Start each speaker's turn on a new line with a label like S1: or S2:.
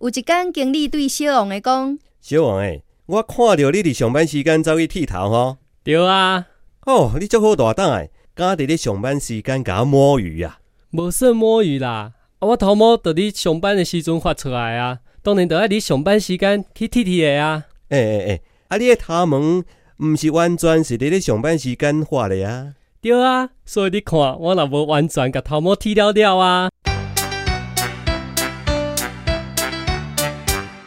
S1: 有一天，经理对小王的讲，
S2: 小王诶，我看到你伫上班时间走去剃头吼，
S3: 对啊，
S2: 哦，你足好大胆诶，敢伫咧上班时间甲我摸鱼啊？
S3: 无算摸鱼啦，啊，我头毛伫你上班的时阵发出来啊，当然就爱你上班时间去剃剃的啊。
S2: 诶诶诶，啊，你诶头毛毋是完全是伫咧上班时间发的啊？
S3: 对啊，所以你看，我若无完全甲头毛剃了了啊。